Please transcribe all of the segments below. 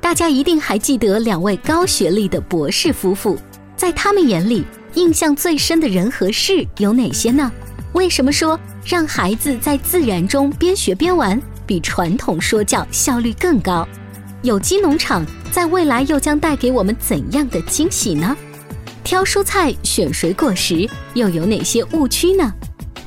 大家一定还记得两位高学历的博士夫妇。在他们眼里，印象最深的人和事有哪些呢？为什么说让孩子在自然中边学边玩，比传统说教效率更高？有机农场在未来又将带给我们怎样的惊喜呢？挑蔬菜、选水果时又有哪些误区呢？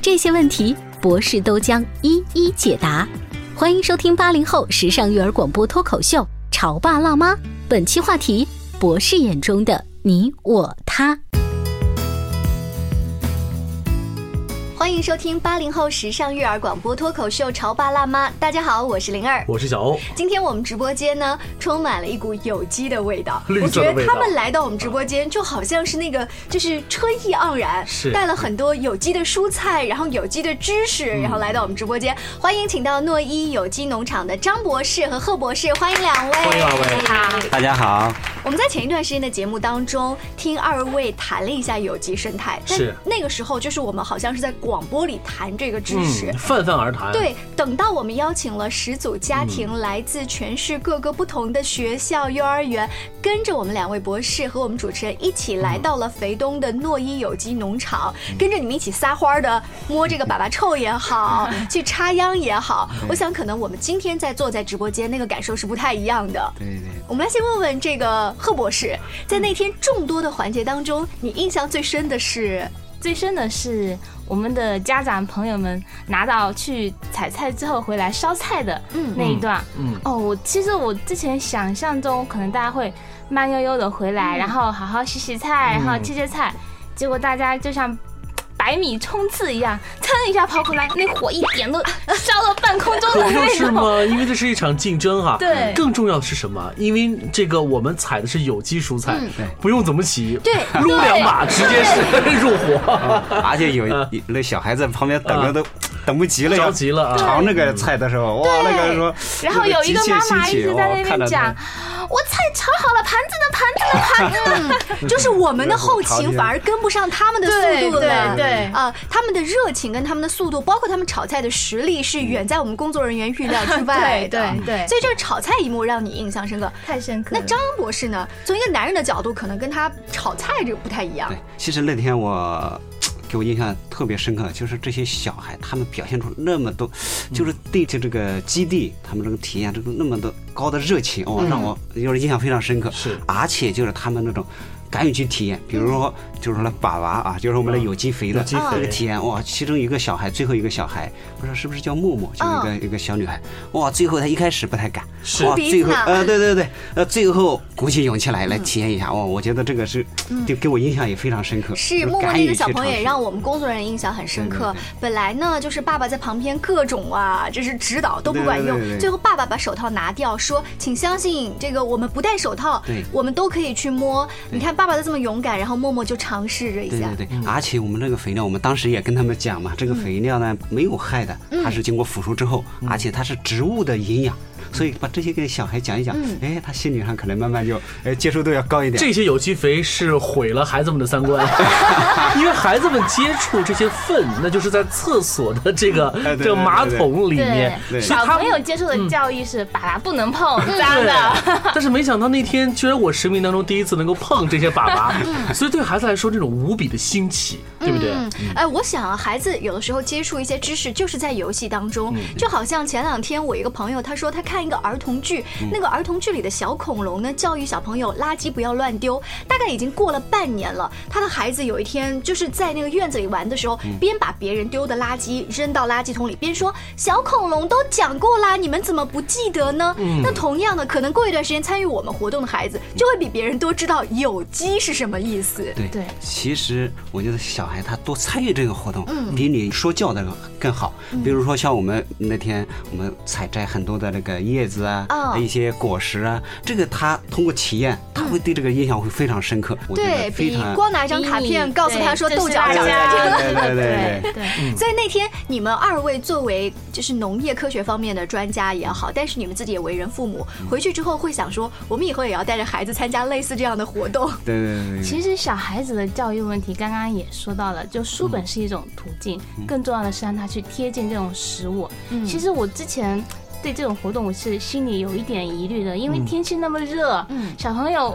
这些问题，博士都将一一解答。欢迎收听八零后时尚育儿广播脱口秀《潮爸辣妈》，本期话题：博士眼中的你我他。欢迎收听八零后时尚育儿广播脱口秀《潮爸辣妈》。大家好，我是灵儿。我是小欧，今天我们直播间呢，充满了一股有机的味道。绿我觉色的得味道他们来到我们直播间，就好像是那个就是春意盎然，是带了很多有机的蔬菜，然后有机的知识，然后来到我们直播间。欢迎请到诺一有机农场的张博士和贺博士，欢迎两位。欢迎二位大家好，我们在前一段时间的节目当中，听二位谈了一下有机生态，但是那个时候就是我们好像是在广播里谈这个知嗯识。泛泛而啊谈。，对，等到我们邀请了十组家庭，嗯来自全市各个不同的学校、幼儿园，跟着我们两位博士和我们主持人一起来到了肥东的诺一有机农场，嗯跟着你们一起撒欢儿的摸这个粑粑臭也 好，去插秧也好，嗯我想可能我们今天在坐在直播间那个感受是不太一样的。对对，我们来先问问这个贺博士，在那天众多的环节当中，你印象最深的是？最深的是我们的家长朋友们拿到去采菜之后回来烧菜的那一段。嗯嗯哦，我其实我之前想象中可能大家会慢悠悠的回来，然后好好洗洗嗯菜，然后切切菜，结果大家就像。百米冲刺一样，噌一下跑过来，那火一点都烧到半空中可的不那是种。吗？因为这是一场竞争哈。对更重要的是什么？因为这个我们采的是有机蔬菜嗯，不用怎么洗，对撸两把直接是 入伙，而且有一那小孩子旁边等着都等不及了，呃啊着急了啊。尝那个菜的时候，哇，那个说，然后有一个妈妈一直在那边讲看着：“我菜炒好了，盘子呢？盘子呢？盘子呢？”就是我们的后勤反而跟不上他们的速度了。对对对啊、他们的热情跟他们的速度，包括他们炒菜的实力，是远在我们工作人员预料之外的。 嗯对对对所以这个炒菜一幕让你印象深刻。太深刻那了。张博士呢？从一个男人的角度，可能跟他炒菜这个不太一样对。，其实那天我。给我印象特别深刻，就是这些小孩，他们表现出那么多，嗯就是对着这个基地，他们这个体验这个那么的高的热情，哦，让我就是印象非常深刻。嗯是而且就是他们那种敢于去体验，比如说就是那粑粑啊，就是我们的有机肥嗯的有机肥这个体验哇，其中一个小孩，最后一个小孩，不知道是不是叫默默，就是一嗯个、一个小女孩，哇，最后她一开始不太敢，是哇，鼻子最后呢呃，对对对，呃，最后鼓起勇气来来体验一下，哇，我觉得这个是就给我印象也非常深刻，就是是嗯默默敢于那个小去朋友尝也试让我们工作人员印象很深刻对对对。本来呢，就是爸爸在旁边各种啊，就是指导都不对管用对对对。对最后爸爸把手套拿掉，说：“请相信这个，我们不戴手套对，我们都可以去摸。”你看爸爸都这么勇敢，然后默默就尝试了一对下。嗯对对，而且我们这个肥料，我们当时也跟他们讲嘛，这个肥料呢没有害的，它是经过腐熟之后，而且它是植物的营养，所以把这些给小孩讲一讲嗯，哎，他心理上可能慢慢就哎接受度要高一点。这些有机肥是毁了孩子们的三观，因为孩子们接触这些粪，那就是在厕所的这个哎对对对这个马桶里面，对所以小他朋们嗯友接受的教育是粑粑不能碰，脏对的。但是没想到那天居然我生命当中第一次能够碰这些粑粑，所以对孩子来说这种无比的新奇，对不对？嗯，哎，我想啊，孩子有的时候接触一些知识，就是在游戏当嗯中。就好像前两天我一个朋友，他说他看一个儿童剧，嗯那个儿童剧里的小恐龙呢，教育小朋友垃圾不要乱丢。大概已经过了半年了，他的孩子有一天就是在那个院子里玩的时候，嗯边把别人丢的垃圾扔到垃圾桶里，边说小恐龙都讲过啦，你们怎么不记得呢？嗯那同样的，可能过一段时间参与我们活动的孩子，就会比别人多知道有机是什么意思。对对其实我觉得小孩他多参与这个活动，嗯比你说教的更好。比如说像我们那天我们采摘很多的那个叶子啊，哦一些果实啊，这个他通过体验，嗯他会对这个印象会非常深刻。我觉对得非比常光拿一张卡片告诉他说豆角长在这对个。对对对对对，嗯所以那天你们二位作为就是农业科学方面的专家也好，但是你们自己也为人父母，回去之后会想说，我们以后也要带着孩子参加类似这样的活动。对对对对，其实小孩子的教育问题，刚刚也说到了，就书本是一种途径，嗯更重要的是让他去贴近这种食物。其实我之前。对这种活动，我是心里有一点疑虑的，因嗯为天气那么热，小朋友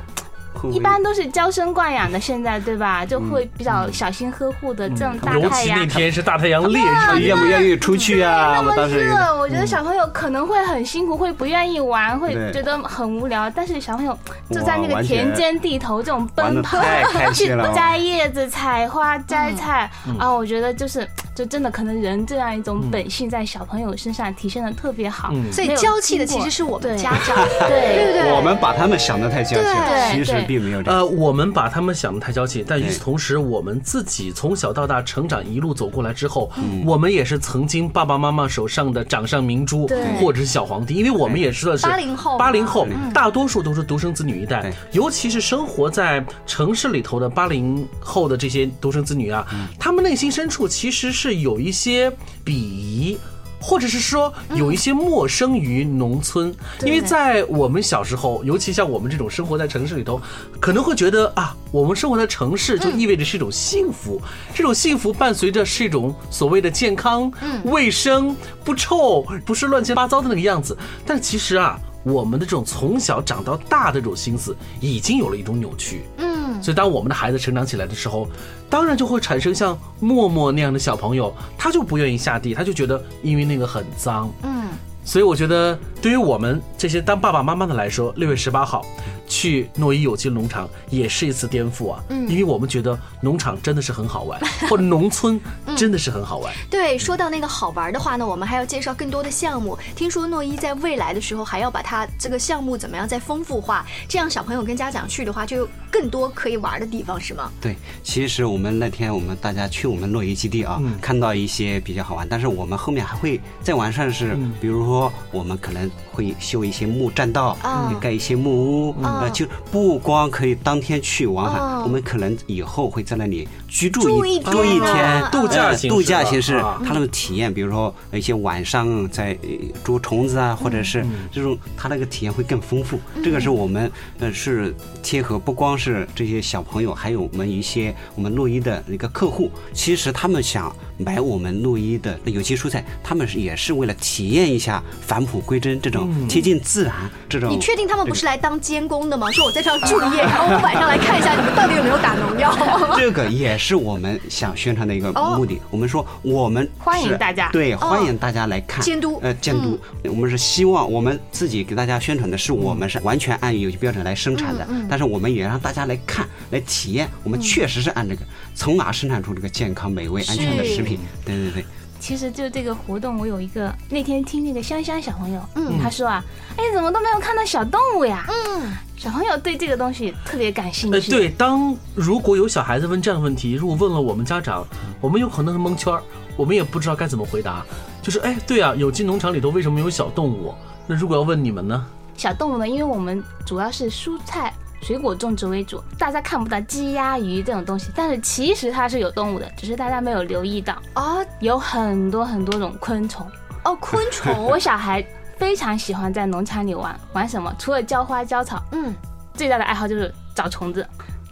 会不会一般都是娇生惯养的，现在对吧？就会嗯比较小心呵护的这种大尤太其那阳。啊天是大太阳烈日，啊愿不愿意出去啊？那我么当时嗯热，我觉得小朋友可能会很辛苦，会不愿意玩，会对觉得很无聊。但是小朋友哇就在那个完全田间地头这种玩奔的跑，太开 去心了。嗯摘叶子、采花、摘菜啊，我觉得就是就真的可能人这样一种本性在小朋友身上体现的特别好。嗯所以没有娇气的经其过实是我们对家长，对不对，对？我们把他们想的太娇气了，对其实对并没有这样。呃，我们把他们想的太娇气，但与此同时，我们自己从小到大成长一路走过来之后，我们也是曾经爸爸妈妈手上的掌上明珠对，或者是小皇帝，因为我们也知道是80后嘛八零后大多数都是独生子女一代对，尤其是生活在城市里头的八零后的这些独生子女啊，他们内心深处其实是有一些鄙夷。或者是说有一些陌生于农村，因为在我们小时候，尤其像我们这种生活在城市里头，可能会觉得啊，我们生活在城市就意味着是一种幸福，这种幸福伴随着是一种所谓的健康、卫生、不臭，不是乱七八糟的那个样子。但其实啊，我们的这种从小长到大的这种心思，已经有了一种扭曲。嗯，所以，当我们的孩子成长起来的时候，当然就会产生像默默那样的小朋友，他就不愿意下地，他就觉得因为那个很脏。嗯，所以我觉得，对于我们这些当爸爸妈妈的来说，六月十八号去诺伊有机农场也是一次颠覆啊。嗯，因为我们觉得农场真的是很 好玩，或者农村嗯真的是很好玩。对，说到那个好玩的话呢，我们还要介绍更多的项目。听说诺一在未来的时候还要把它这个项目怎么样再丰富化，这样小朋友跟家长去的话，就有更多可以玩的地方，是吗？对，其实我们那天我们大家去我们诺伊基地啊，看到一些比较好玩，但是我们后面还会再完善是，比如说我们可能会修一些木栈道，啊盖一些木屋，啊呃，就不光可以当天去往返，啊我们可能以后会在那里居住住一住天一啊天啊，度假呃形度式假吧形式啊，他那个体验，比如说呃一些晚上在呃捉虫子啊，或者是这种，他那个体验会更丰富。这个是我们呃是贴合不光是这些小朋友，还有我们一些我们诺一的一个客户，其实他们想买我们诺一的有机蔬菜，他们是也是为了体验一下返璞归真这种贴近自然这种。你确定他们不是来当监工的吗？说我在这儿住一夜，然后我晚上来看一下你们到底有没有打农药。 这个也是我们想宣传的一个目的。我们说我们哦欢迎是大家哦对，欢迎大家来看监督呃，监督。嗯我们是希望我们自己给大家宣传的是，我们是完全按有机标准来生产的，嗯但是我们也让大家来看，来体验，我们确实是按这个，从而生产出这个健康、美味、安全的食品。对对 对，其实就这个活动，我有一个那天听那个香香小朋友，嗯，他说啊，哎，怎么都没有看到小动物呀？嗯，小朋友对这个东西特别感兴呃，趣。对，当如果有小孩子问这样的问题，如果问了我们家长，我们有可能是蒙圈儿，我们也不知道该怎么回答。就是，哎，对啊，有机农场里头为什么有小动物？那如果要问你们呢？小动物呢，因为我们主要是蔬菜、水果种植为主，大家看不到鸡、鸭、鱼这种东西，但是其实它是有动物的，只是大家没有留意到，啊有很多很多种昆虫。 哦，昆虫，我小孩非常喜欢在农场里玩玩什么？除了浇花浇草，嗯，最大的爱好就是找虫子，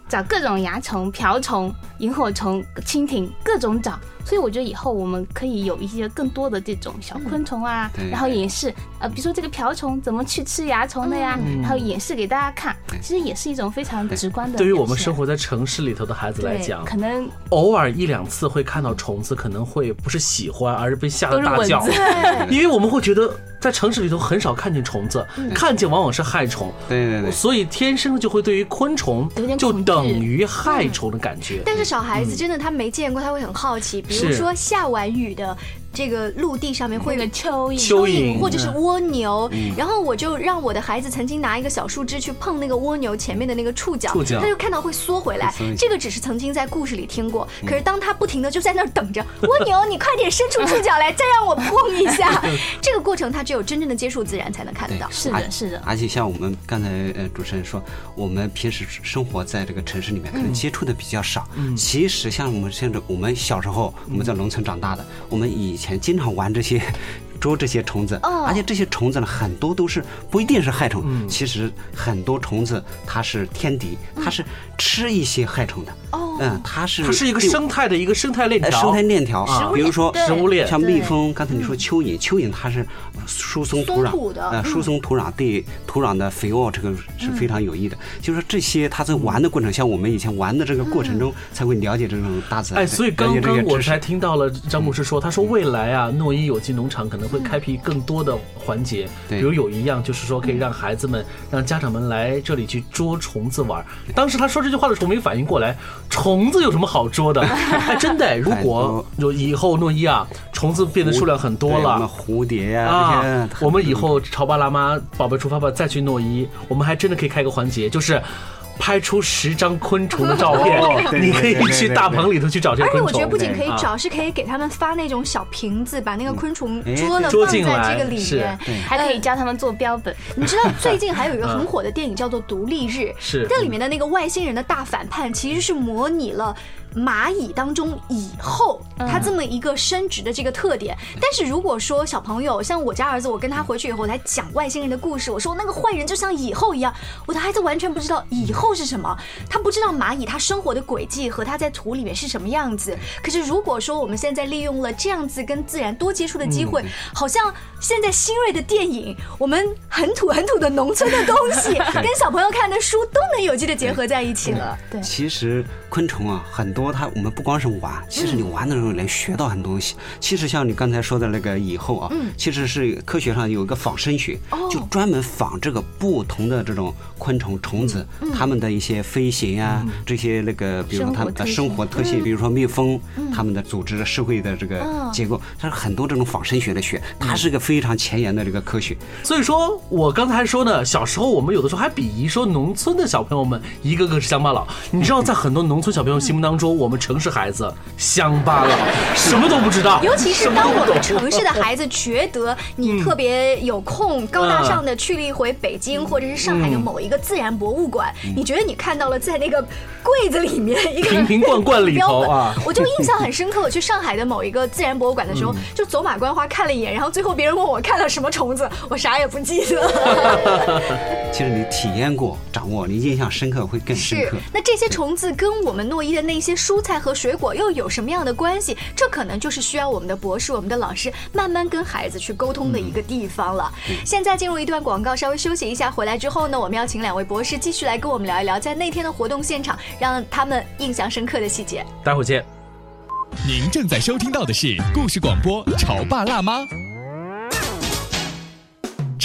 找各种蚜虫、瓢虫、萤火虫、蜻蜓，各种找。所以我觉得以后我们可以有一些更多的这种小昆虫啊，对然后演示，呃，比如说这个瓢虫怎么去吃蚜虫的呀，然后演示给大家看，其实也是一种非常直观的。对于我们生。活在城市里头的孩子来对，讲，可能偶尔一两次会看到虫子，可能会不是喜欢，而是被吓得都是大蚊叫子。， 因为我们会觉得在城市里头很少看见虫子，嗯看见往往是害虫，对对对，所以天生就会对于昆虫有点就恐惧等于害虫的感觉。但是小孩子真的他没见过，他会很好奇。比如嗯是说下完雨的这个陆地上面会那有个蚯蚓，蚯蚓嗯或者是蜗牛，然后我就让我的孩子曾经拿一个小树枝去碰那个蜗牛前面的那个触角，触角他就看到会缩回来缩一。下这个只是曾经在故事里听过，可是当他不停的就在那儿等嗯着蜗牛，你快点伸出触角来，再让我碰一 下。这个过程他只有真正的接触自然才能看到。是的，是的，而且像我们刚才呃主持人说，我们平时生活在这个城市里面，可嗯能接触的比较少。其实像我们现在，我们小时候我嗯们在农村长大的，我们以前经常玩这些。捉这些虫子，哦而且这些虫子呢，很多都是不一定是害虫，嗯其实很多虫子它是天敌，嗯它是吃一些害虫的。哦嗯，它是它是一个对生态的一个生态链呃条，生态链条，啊比如说对食物链。像蜜蜂，刚才你说蚯蚓，蚯蚓它是疏松土壤松土的呃，嗯疏松土壤对土壤的肥沃这个是非常有益的。就是说这些，它在玩的过程，像我们以前玩的这个过程中，才会了解这种大自然。哎，所以了解刚这些刚我知识嗯才听到了张牧师说，他说未来啊，诺伊有机农场可能会开辟更多的环节，对比如有一样就是说可以让孩子们、让家长们来这里去捉虫子玩儿。当时他说这句话的时候没反应过来，虫子有什么好捉 的？哎，真的，如果有以后诺伊啊，虫子变得数量很多对我们了。蝴蝶呀、这些啊很，我们以后潮爸辣妈、宝贝出发吧，再去诺伊，我们还真的可以开个环节，就是拍出十张昆虫的照片，哦对你可以对对对去大棚里头去找这些而昆且虫。哎我觉得不仅可以啊找，是可以给他们发那种小瓶子，把那个昆虫哎捉了捉放进在来这个里是面。还可以教他们做标本。你知道最近还有一个很火的电影叫做《独立日》，是这里面的那个外星人的大反叛其实是模拟了。蚂蚁当中蚁后，它这么一个生殖的这个特点，但是如果说小朋友像我家儿子，我跟他回去以后来讲外星人的故事，我说那个坏人就像蚁后一样，我的孩子完全不知道蚁后是什么，他不知道蚂蚁它生活的轨迹和它在土里面是什么样子。可是如果说我们现在利用了这样子跟自然多接触的机会，好像现在新锐的电影，我们很土很土的农村的东西，跟小朋友看的书都能有机的结合在一起了。对其实昆虫啊，很多它我们不光是玩，其实你玩的时候能学到很多东西。其实像你刚才说的那个以后啊，其实是科学上有一个仿生学，就专门仿这个不同的这种昆虫、虫子，它们的一些飞行啊，这些那个，比如说它们的生活特性，嗯比如说蜜蜂，它们的组织的社会的这个结构，它是很多这种仿生学的学，它是一个非常前沿的这个科学。所以说我刚才还说呢，小时候我们有的时候还鄙夷说农村的小朋友们一个个是乡巴佬。你知道，在很多农村小朋友心目当中，我们城市孩子乡巴佬，什么都不知 道，尤其是什么当都不我们懂城市的孩子觉得你特别有空、高大上的去了一回北京或者是上海的某一个自然博物馆，你觉得你看到了在那个柜子里面 一个瓶瓶罐罐里头啊 标本我就印象很深刻。我去上海的某一个自然博物馆的时候，嗯就走马观花看了一眼，然后最后别人问我看了什么虫子，我啥也不记得 了。其实你体验过、掌握，你印象深刻会更深是刻。，那这些虫子跟我们诺伊的那些蔬菜和水果又有什么样的关系？这可能就是需要我们的博士、我们的老师慢慢跟孩子去沟通的一个地方了。嗯现在进入一段广告，稍微休息一下，回来之后呢，我们要请两位博士继续来跟我们聊一聊在那天的活动现场让他们印象深刻的细节。待会儿见。您正在收听到的是故事广播《潮爸辣妈》。 《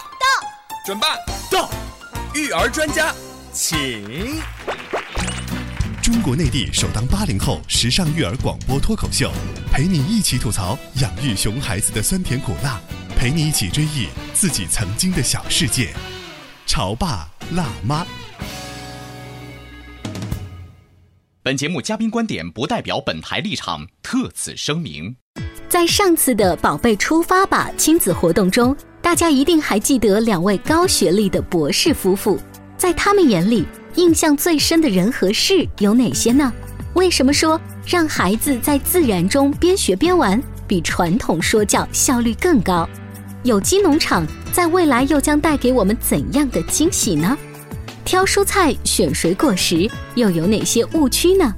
到，准爸到，育儿专家，请。中国内地首档八零后时尚育儿广播脱口秀，陪你一起吐槽养育熊孩子的酸甜苦辣，陪你一起追忆自己曾经的小世界。潮爸辣妈，本节目嘉宾观点不代表本台立场，特此声明。在上次的“宝贝出发吧”亲子活动中，大家一定还记得两位高学历的博士夫妇，在他们眼里，印象最深的人和事有哪些呢？为什么说让孩子在自然中边学边玩，比传统说教效率更高？有机农场在未来又将带给我们怎样的惊喜呢？挑蔬菜、选水果时又有哪些误区呢？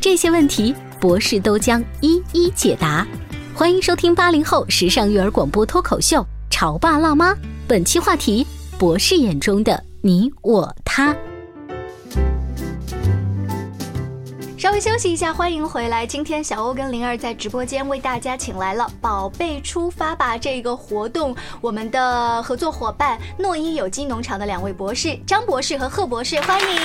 这些问题，博士都将一一解答。欢迎收听八零后时尚育儿广播脱口秀《潮爸辣妈》，本期话题：博士眼中的你我他。稍微休息一下，欢迎回来。今天小欧跟灵儿在直播间为大家请来了“宝贝出发吧”这个活动，我们的合作伙伴诺伊有机农场的两位博士张博士和贺博士，欢迎。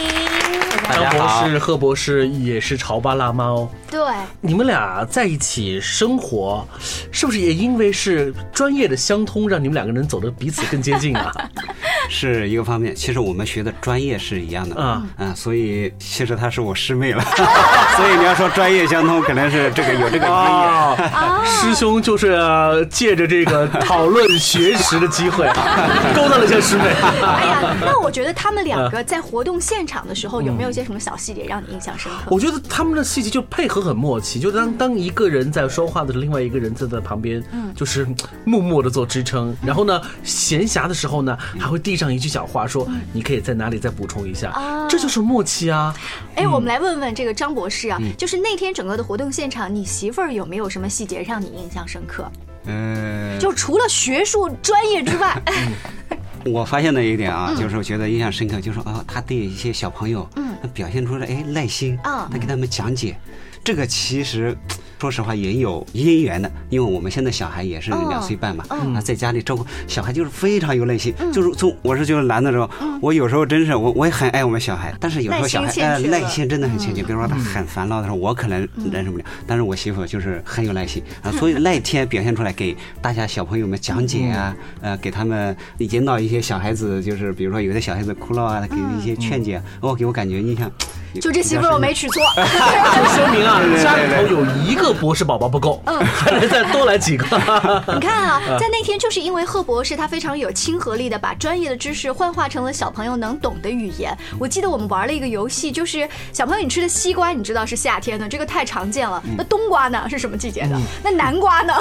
张博士、贺博士也是潮爸辣妈哦。对，你们俩在一起生活，是不是也因为是专业的相通，让你们两个人走得彼此更接近 啊？是一个方面。其实我们学的专业是一样的啊，嗯，所以其实她是我师妹了。 所以你要说专业相通，可能是这个有这个啊，师兄就是呃借着这个讨论学识的机会啊， 勾搭了一下师妹。哎呀，那我觉得他们两个在活动现场的时候，有没有一些什么小细节让你印象深刻？我觉得他们的细节就配合很默契，就当当一个人在说话的时候，另外一个人站在旁边，嗯就是嗯默默的做支撑。然后呢，闲暇的时候呢，还会递上一句小话，说你可以在哪里再补充一下，嗯啊这就是默契啊。哎，嗯我们来问问这个张博士啊，嗯就是那天整个的活动现场，你媳妇儿有没有什么细节让你印象深刻？呃，就除了学术专业之 外，我发现的一点啊，嗯就是我觉得印象深刻，就是啊，他对一些小朋友，嗯他表现出了哎耐心，啊他给他们讲解，这个其实。说实话也有因缘的，因为我们现在小孩也是哦两岁半嘛，嗯啊，在家里照顾小孩就是非常有耐心，就是从我是就是男的时候，嗯我有时候真是我我也很爱我们小孩，但是有时候小孩耐心欠哎缺了嗯耐心真的很欠缺，比如说他很烦躁的时候，我可能忍受不了，但是我媳妇就是很有耐心啊， 所以那天表现出来给大家小朋友们讲解啊，嗯呃，给他们引导一些小孩子，就是比如说有的小孩子哭闹啊，给一些劝解，我给我感觉印象，嗯就这媳妇儿我没娶错。声明啊 对对，对家里头有一个博士宝宝不够，嗯还得 再多来几 个。你看啊，在那天就是因为贺博士他非常有亲和力的把专业的知识幻化成了小朋友能懂的语言。我记得我们玩了一个游戏，就是小朋友你吃的西瓜，你知道是夏天的，这个太常见了。那冬瓜呢是什么季节的？那南瓜呢？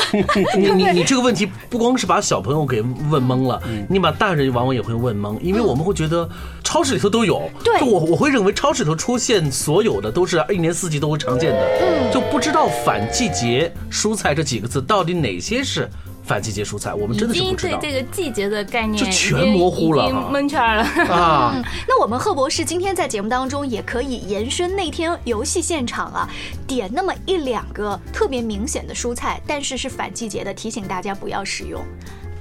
你你你这个问题不光是把小朋友给问懵了，嗯你把大人往往也会问懵，因为我们会觉得超市里头都有，对就我我会认为超市里头出现所有的都是一年四季都会常见的，嗯就不知道反季节蔬菜这几个字到底哪些是反季节蔬菜，我们真的已是经不知对道这个季节的概念这已全经模糊了已经哈蒙圈了。 啊。嗯，那我们贺博士今天在节目当中也可以延伸那天游戏现场啊，点那么一两个特别明显的蔬菜，但是是反季节的，提醒大家不要使用。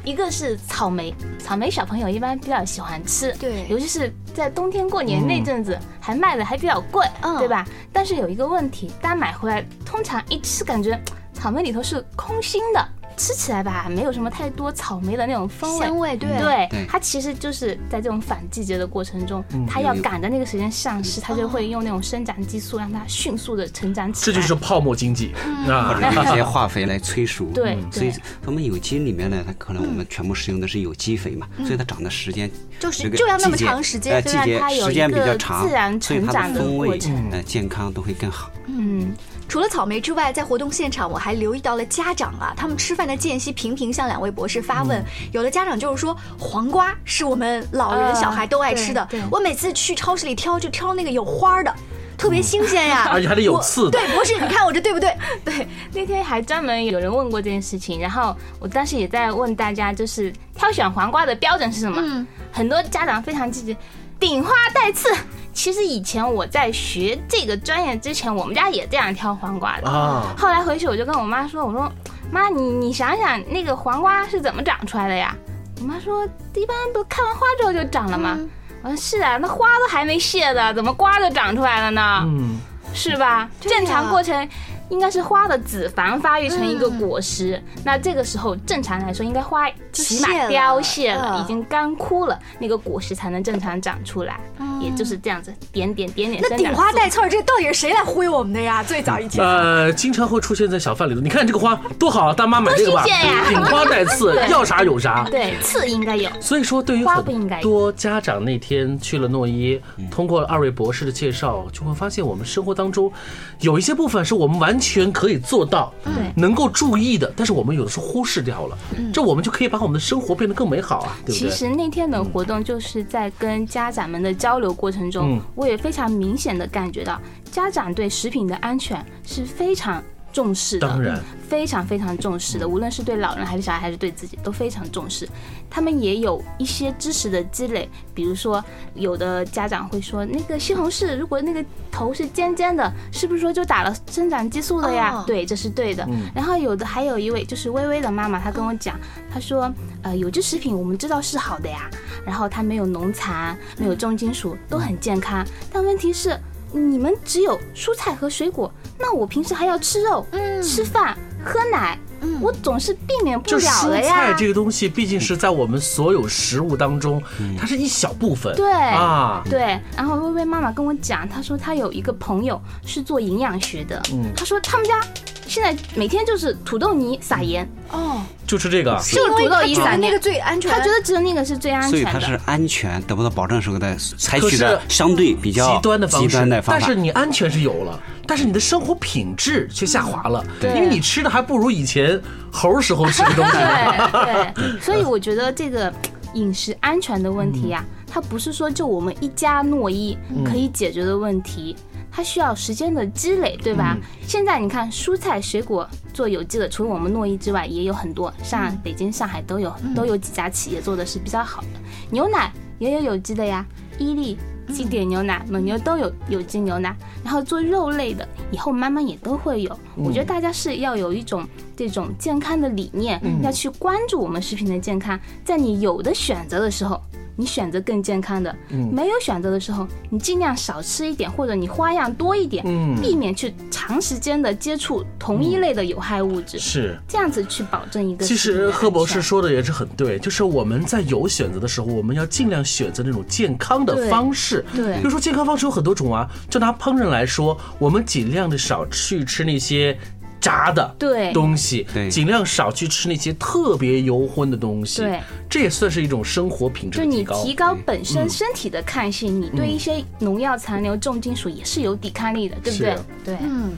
一个是草莓，草莓小朋友一般比较喜欢吃，对尤其是在冬天过年那阵子，还卖的还比较贵，嗯对吧？但是有一个问题，单买回来通常一吃感觉草莓里头是空心的，吃起来吧没有什么太多草莓的那种风味。香味对对对它其实就是在这种反季节的过程中，嗯它有要有赶在那个时间上嗯市，它就会用那种生长激素让它迅速的成长起这来。就是泡沫经济啊嗯或！者 用一些化肥来催熟，嗯对所以对我们有机里面呢，它可能我们全部使用的是有机肥嘛，所以它长的时间嗯就是这个就要那么季节长时间呃就季让节它有时一间比个较长，自然所以成它长的风过味程呃健康都会更好。嗯，除了草莓之外，在活动现场我还留意到了家长啊，他们吃饭的间隙频频向两位博士发问。有的家长就是说，黄瓜是我们老人、啊小孩都爱吃的对对，我每次去超市里挑就挑那个有花儿的，特别新鲜呀，而且还得有刺我的对，博士，你看我这对不对？对，那天还专门有人问过这件事情，然后我当时也在问大家，就是挑选黄瓜的标准是什么？嗯很多家长非常积极，顶花带刺。其实以前我在学这个专业之前，我们家也这样挑黄瓜的。啊，后来回去我就跟我妈说，我说妈，你你想想那个黄瓜是怎么长出来的呀？我妈说，一般不看完花之后就长了嗯吗？我说是啊，那花都还没谢的，怎么瓜就长出来了呢？嗯，是吧？正常过程，应该是花的子房发育成一个果实，那这个时候正常来说应该花起嗯谢码了凋谢了，嗯已经干枯了，那个果实才能正常长出来，也就是这样子点点点点嗯那生长顶速。花带刺儿，这到底是谁来挥我们的呀？最早以 前，呃，经常会出现在小贩里头。你看这个花多好，啊，大妈买这个吧多新鲜呀，顶花带刺对，要啥有 啥。对，刺应该有，所以说，对于花不应该很有多家长那天去了诺伊，通过二位博士的介绍，就会发现我们生活当中有一些部分是我们完全可以做到、嗯能够注意的，但是我们有的时候忽视掉了。这我们就可以把我们的生活变得更美好啊，对不其对？实那天的活动就是在跟家长们的交流过程中，嗯我也非常明显的感觉到，家长对食品的安全是非常重视的，当然嗯非常非常重视的，无论是对老人还是小孩，还是对自己都非常重视。他们也有一些知识的积累，比如说有的家长会说，那个西红柿如果那个头是尖尖的，是不是说就打了生长激素的呀？哦对，这是对的。嗯然后有的还有一位就是微微的妈妈，她跟我讲，她说，呃，有机食品我们知道是好的呀，然后它没有农残，没有重金属，都很健康。但问题是，你们只有蔬菜和水果，那我平时还要吃肉、嗯吃饭、喝奶，我总是避免不就了蔬了菜呀。这个东西，毕竟是在我们所有食物当中，它是一小部分。对啊，对。然后薇薇妈妈跟我讲，她说她有一个朋友是做营养学的，嗯她说他们家现在每天就是土豆泥撒盐，嗯哦，就吃这个啊。就土豆泥撒盐，那个最安全，她觉得只有那个是最安所以全它的。是安全得不到保证时候的采可取是的相对比较极端的方式，极端的方但法是你安全是有了，但是你的生活品质却下滑了，对因为你吃的还不如以前猴时候吃的 东西。对对，所以我觉得这个饮食安全的问题呀、啊它不是说就我们一家诺一可以解决的问题。它需要时间的积累，对吧？现在你看，蔬菜水果做有机的，除了我们诺一之外，也有很多，上北京、上海都有，都有几家企业做的是比较好的。牛奶也有有机的呀，伊利、嗯基点牛奶、蒙牛都有有机牛奶。然后做肉类的，以后慢慢也都会有。嗯我觉得大家是要有一种这种健康的理念，嗯要去关注我们食品的健康。在你有的选择的时候，你选择更健康的；嗯没有选择的时候，你尽量少吃一点，或者你花样多一点，嗯避免去长时间的接触同一类的有害物质，是，这样子去保证一个其食品的安全。实贺博士说的也是很对，就是我们在有选择的时候，我们要尽量选择那种健康的方式。对比如说健康方式有很多种啊，就拿烹饪来说，我们尽量的少去吃那些。炸的对东西，对尽量少去吃那些特别油荤的东西。对，这也算是一种生活品质就的提你高。嗯提高本身身体的抗性，你对一些农药残留、重金属也是有抵抗力的，对不对是？啊对，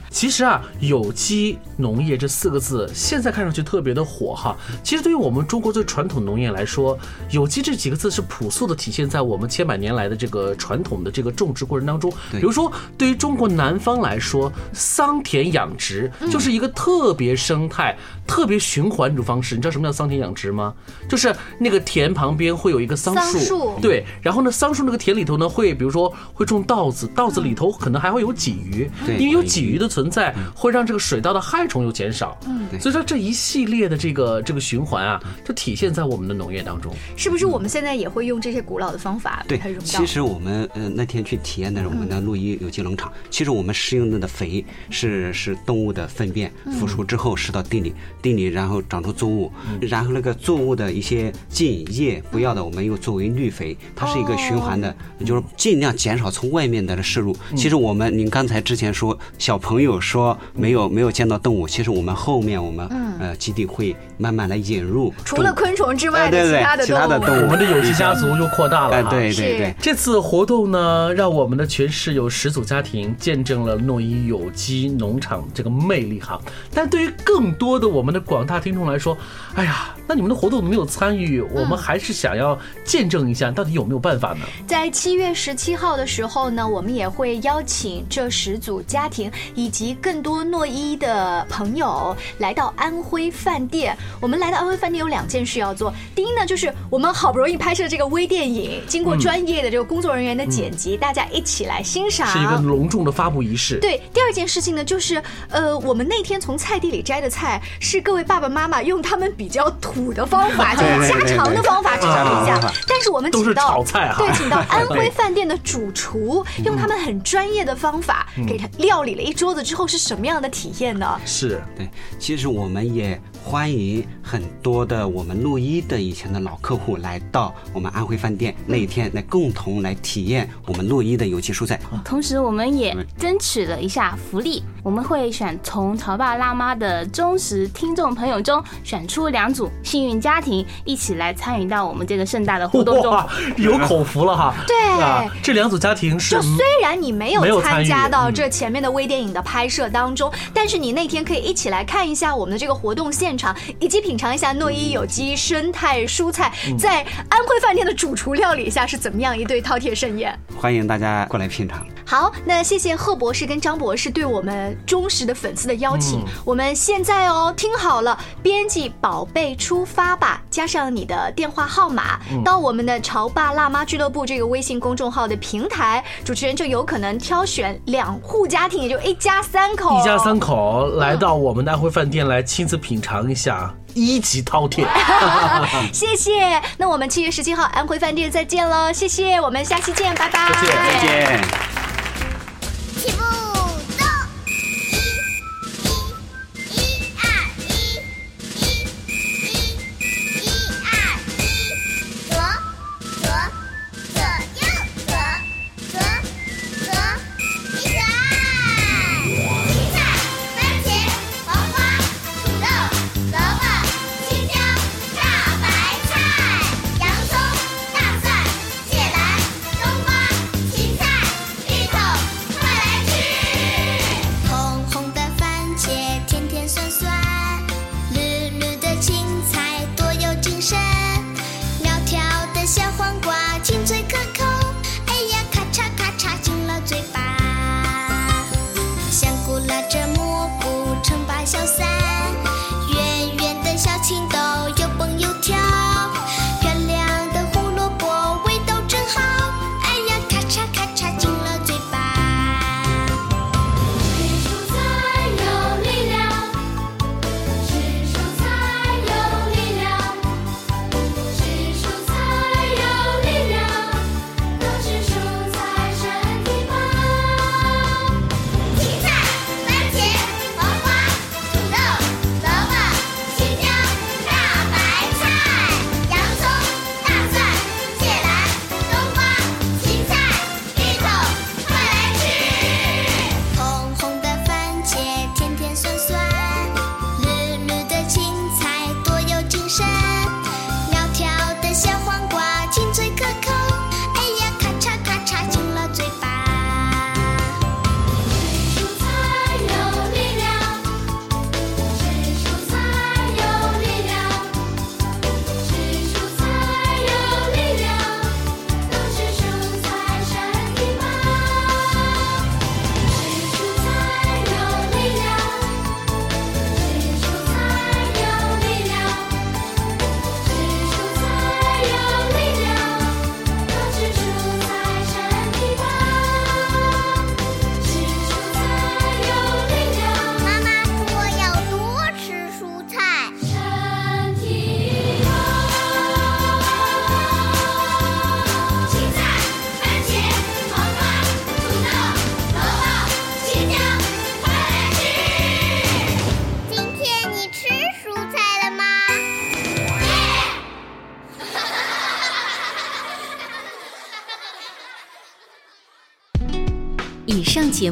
其实啊，有机农业这四个字现在看上去特别的火哈。其实对于我们中国最传统农业来说，有机这几个字是朴素的体现在我们千百年来的这个传统的这个种植过程当中。比如说，对于中国南方来说，桑田养殖就是一个特别生态、特别循环的一种方式。你知道什么叫桑田养殖吗？就是那个田旁边会有一个桑桑树，树对，然后呢，桑树那个田里头呢，会比如说会种稻子，稻子里头可能还会有鲫鱼，对嗯因为有鲫鱼的存在，会让这个水稻的害虫又减少，嗯，所以说这一系列的这个这个循环啊，就体现在我们的农业当中。是不是我们现在也会用这些古老的方法对才用，到其？实我们呃那天去体验的是我嗯们的鹿邑有机农场，其实我们使用的的肥是是动物的粪便嗯腐熟之后施到地里，地里然后长出作物，嗯然后那个作物的一些茎叶不要的，嗯我们又作为绿肥，它是一个循环的，哦就是尽量减少从外面的摄入。嗯其实我们您刚才之前说小朋友说没有没有见到动物，其实我们后面我们呃基地会慢慢来引入嗯除了动物昆虫之哎外对的对他的其他的动动物，物我们的有机家族又扩大嗯哎了哈。对对是对。这次活动呢，让我们的全市有十组家庭见证了诺伊有机农场这个魅力哈。但对于更多的我们的广大听众来说，哎呀，那你们的活动没有参与，我们还是想要见证一下，到底有没有办法呢？在七月十七号的时候呢，我们也会邀请这十组家庭以及更多诺一的朋友来到安徽饭店。我们来到安徽饭店有两件事要做，第一呢，就是我们好不容易拍摄这个微电影，经过专业的这个工作人员的剪辑，大家一起来欣赏。啊是一个隆重的发布仪式。对，第二件事情呢，就是呃，我们那天从菜地里摘的菜，是各位爸爸妈妈用他们比较土的方法，就对是啊家对对常的对方法对炒一家常下的方法。但是我们都请是到炒菜哈对，请到安徽对嗯饭店的主厨，用他们很专业的方法嗯给他料理了一桌子之后，是什么样的体验呢？是对，其实我们也欢迎很多的我们陆一的以前的老客户来到我们安徽饭店那一天来共同来体验我们陆一的有机蔬菜。同时，我们也争取了一下福利，我们会选从潮爸辣妈的忠实听众朋友中选出两组幸运家庭，一起来参与到我们这个盛大的活动中。哇，有口福了哈！对啊，这两组家庭是就虽然你没没有有参参与加到嗯这前面的微电影的拍摄当中，但是你那天可以一起来看一下我们的这个活动现场，以及品尝一下诺伊有机生态蔬菜嗯在安徽饭店的主厨料理下是怎么样一对饕餮盛宴。欢迎大家过来品尝。好，那谢谢贺博士跟张博士对我们忠实的粉丝的邀请。嗯我们现在哦，听好了，编辑“宝贝出发吧”，加上你的电话号码，嗯到我们的“潮爸辣妈俱乐部”这个微信公众号的平台，主持人就有可能挑选两户家庭，也就一家三口。一家三口嗯来到我们的安徽饭店来亲自品尝一下一级饕餮。 谢谢，那我们七月十七号安徽饭店再见喽！谢谢，我们下期见，拜拜。再见。起步走，一，一，一二，一，一，一二，一，左，左，左右，左，左，左，一起来。青菜、番茄、黄瓜、土豆、萝卜、青椒、大白菜、洋葱、大蒜、芥蓝、冬瓜、芹菜、芋头，快来吃！红红的番茄，甜甜酸酸，绿绿的青菜，多有精神。苗条的小黄瓜，清脆可口，哎呀，咔嚓咔嚓进了嘴巴。香菇、辣着蘑菇，称霸小三。圆圆的小青豆，又蹦又跳。漂亮的胡萝卜，味道真好。哎呀，咔嚓咔嚓进了嘴巴。吃蔬菜有力量，吃蔬菜有力量，吃蔬菜有力量，多吃蔬菜身体棒。青菜、番茄、黄瓜、土豆、萝卜、青椒、大白菜、洋葱、大蒜、芥蓝、冬瓜、芹菜、芋头，快来吃！红红的番茄，甜甜酸酸，绿绿的青菜，多有精神。苗条的小黄瓜，清脆可口，哎呀，咔嚓咔嚓进了嘴巴。吃蔬菜有力量，吃蔬菜有力量，吃蔬菜有力量，多吃蔬菜身体棒。吃蔬菜有力量，吃蔬菜有力量，吃蔬菜有力量，多吃蔬菜身体棒。吃蔬菜有力量。妈妈说要多吃蔬菜，身体好。青菜、番茄、黄瓜、土豆、萝卜、青椒，快来吃！今天你吃蔬菜了吗？以上节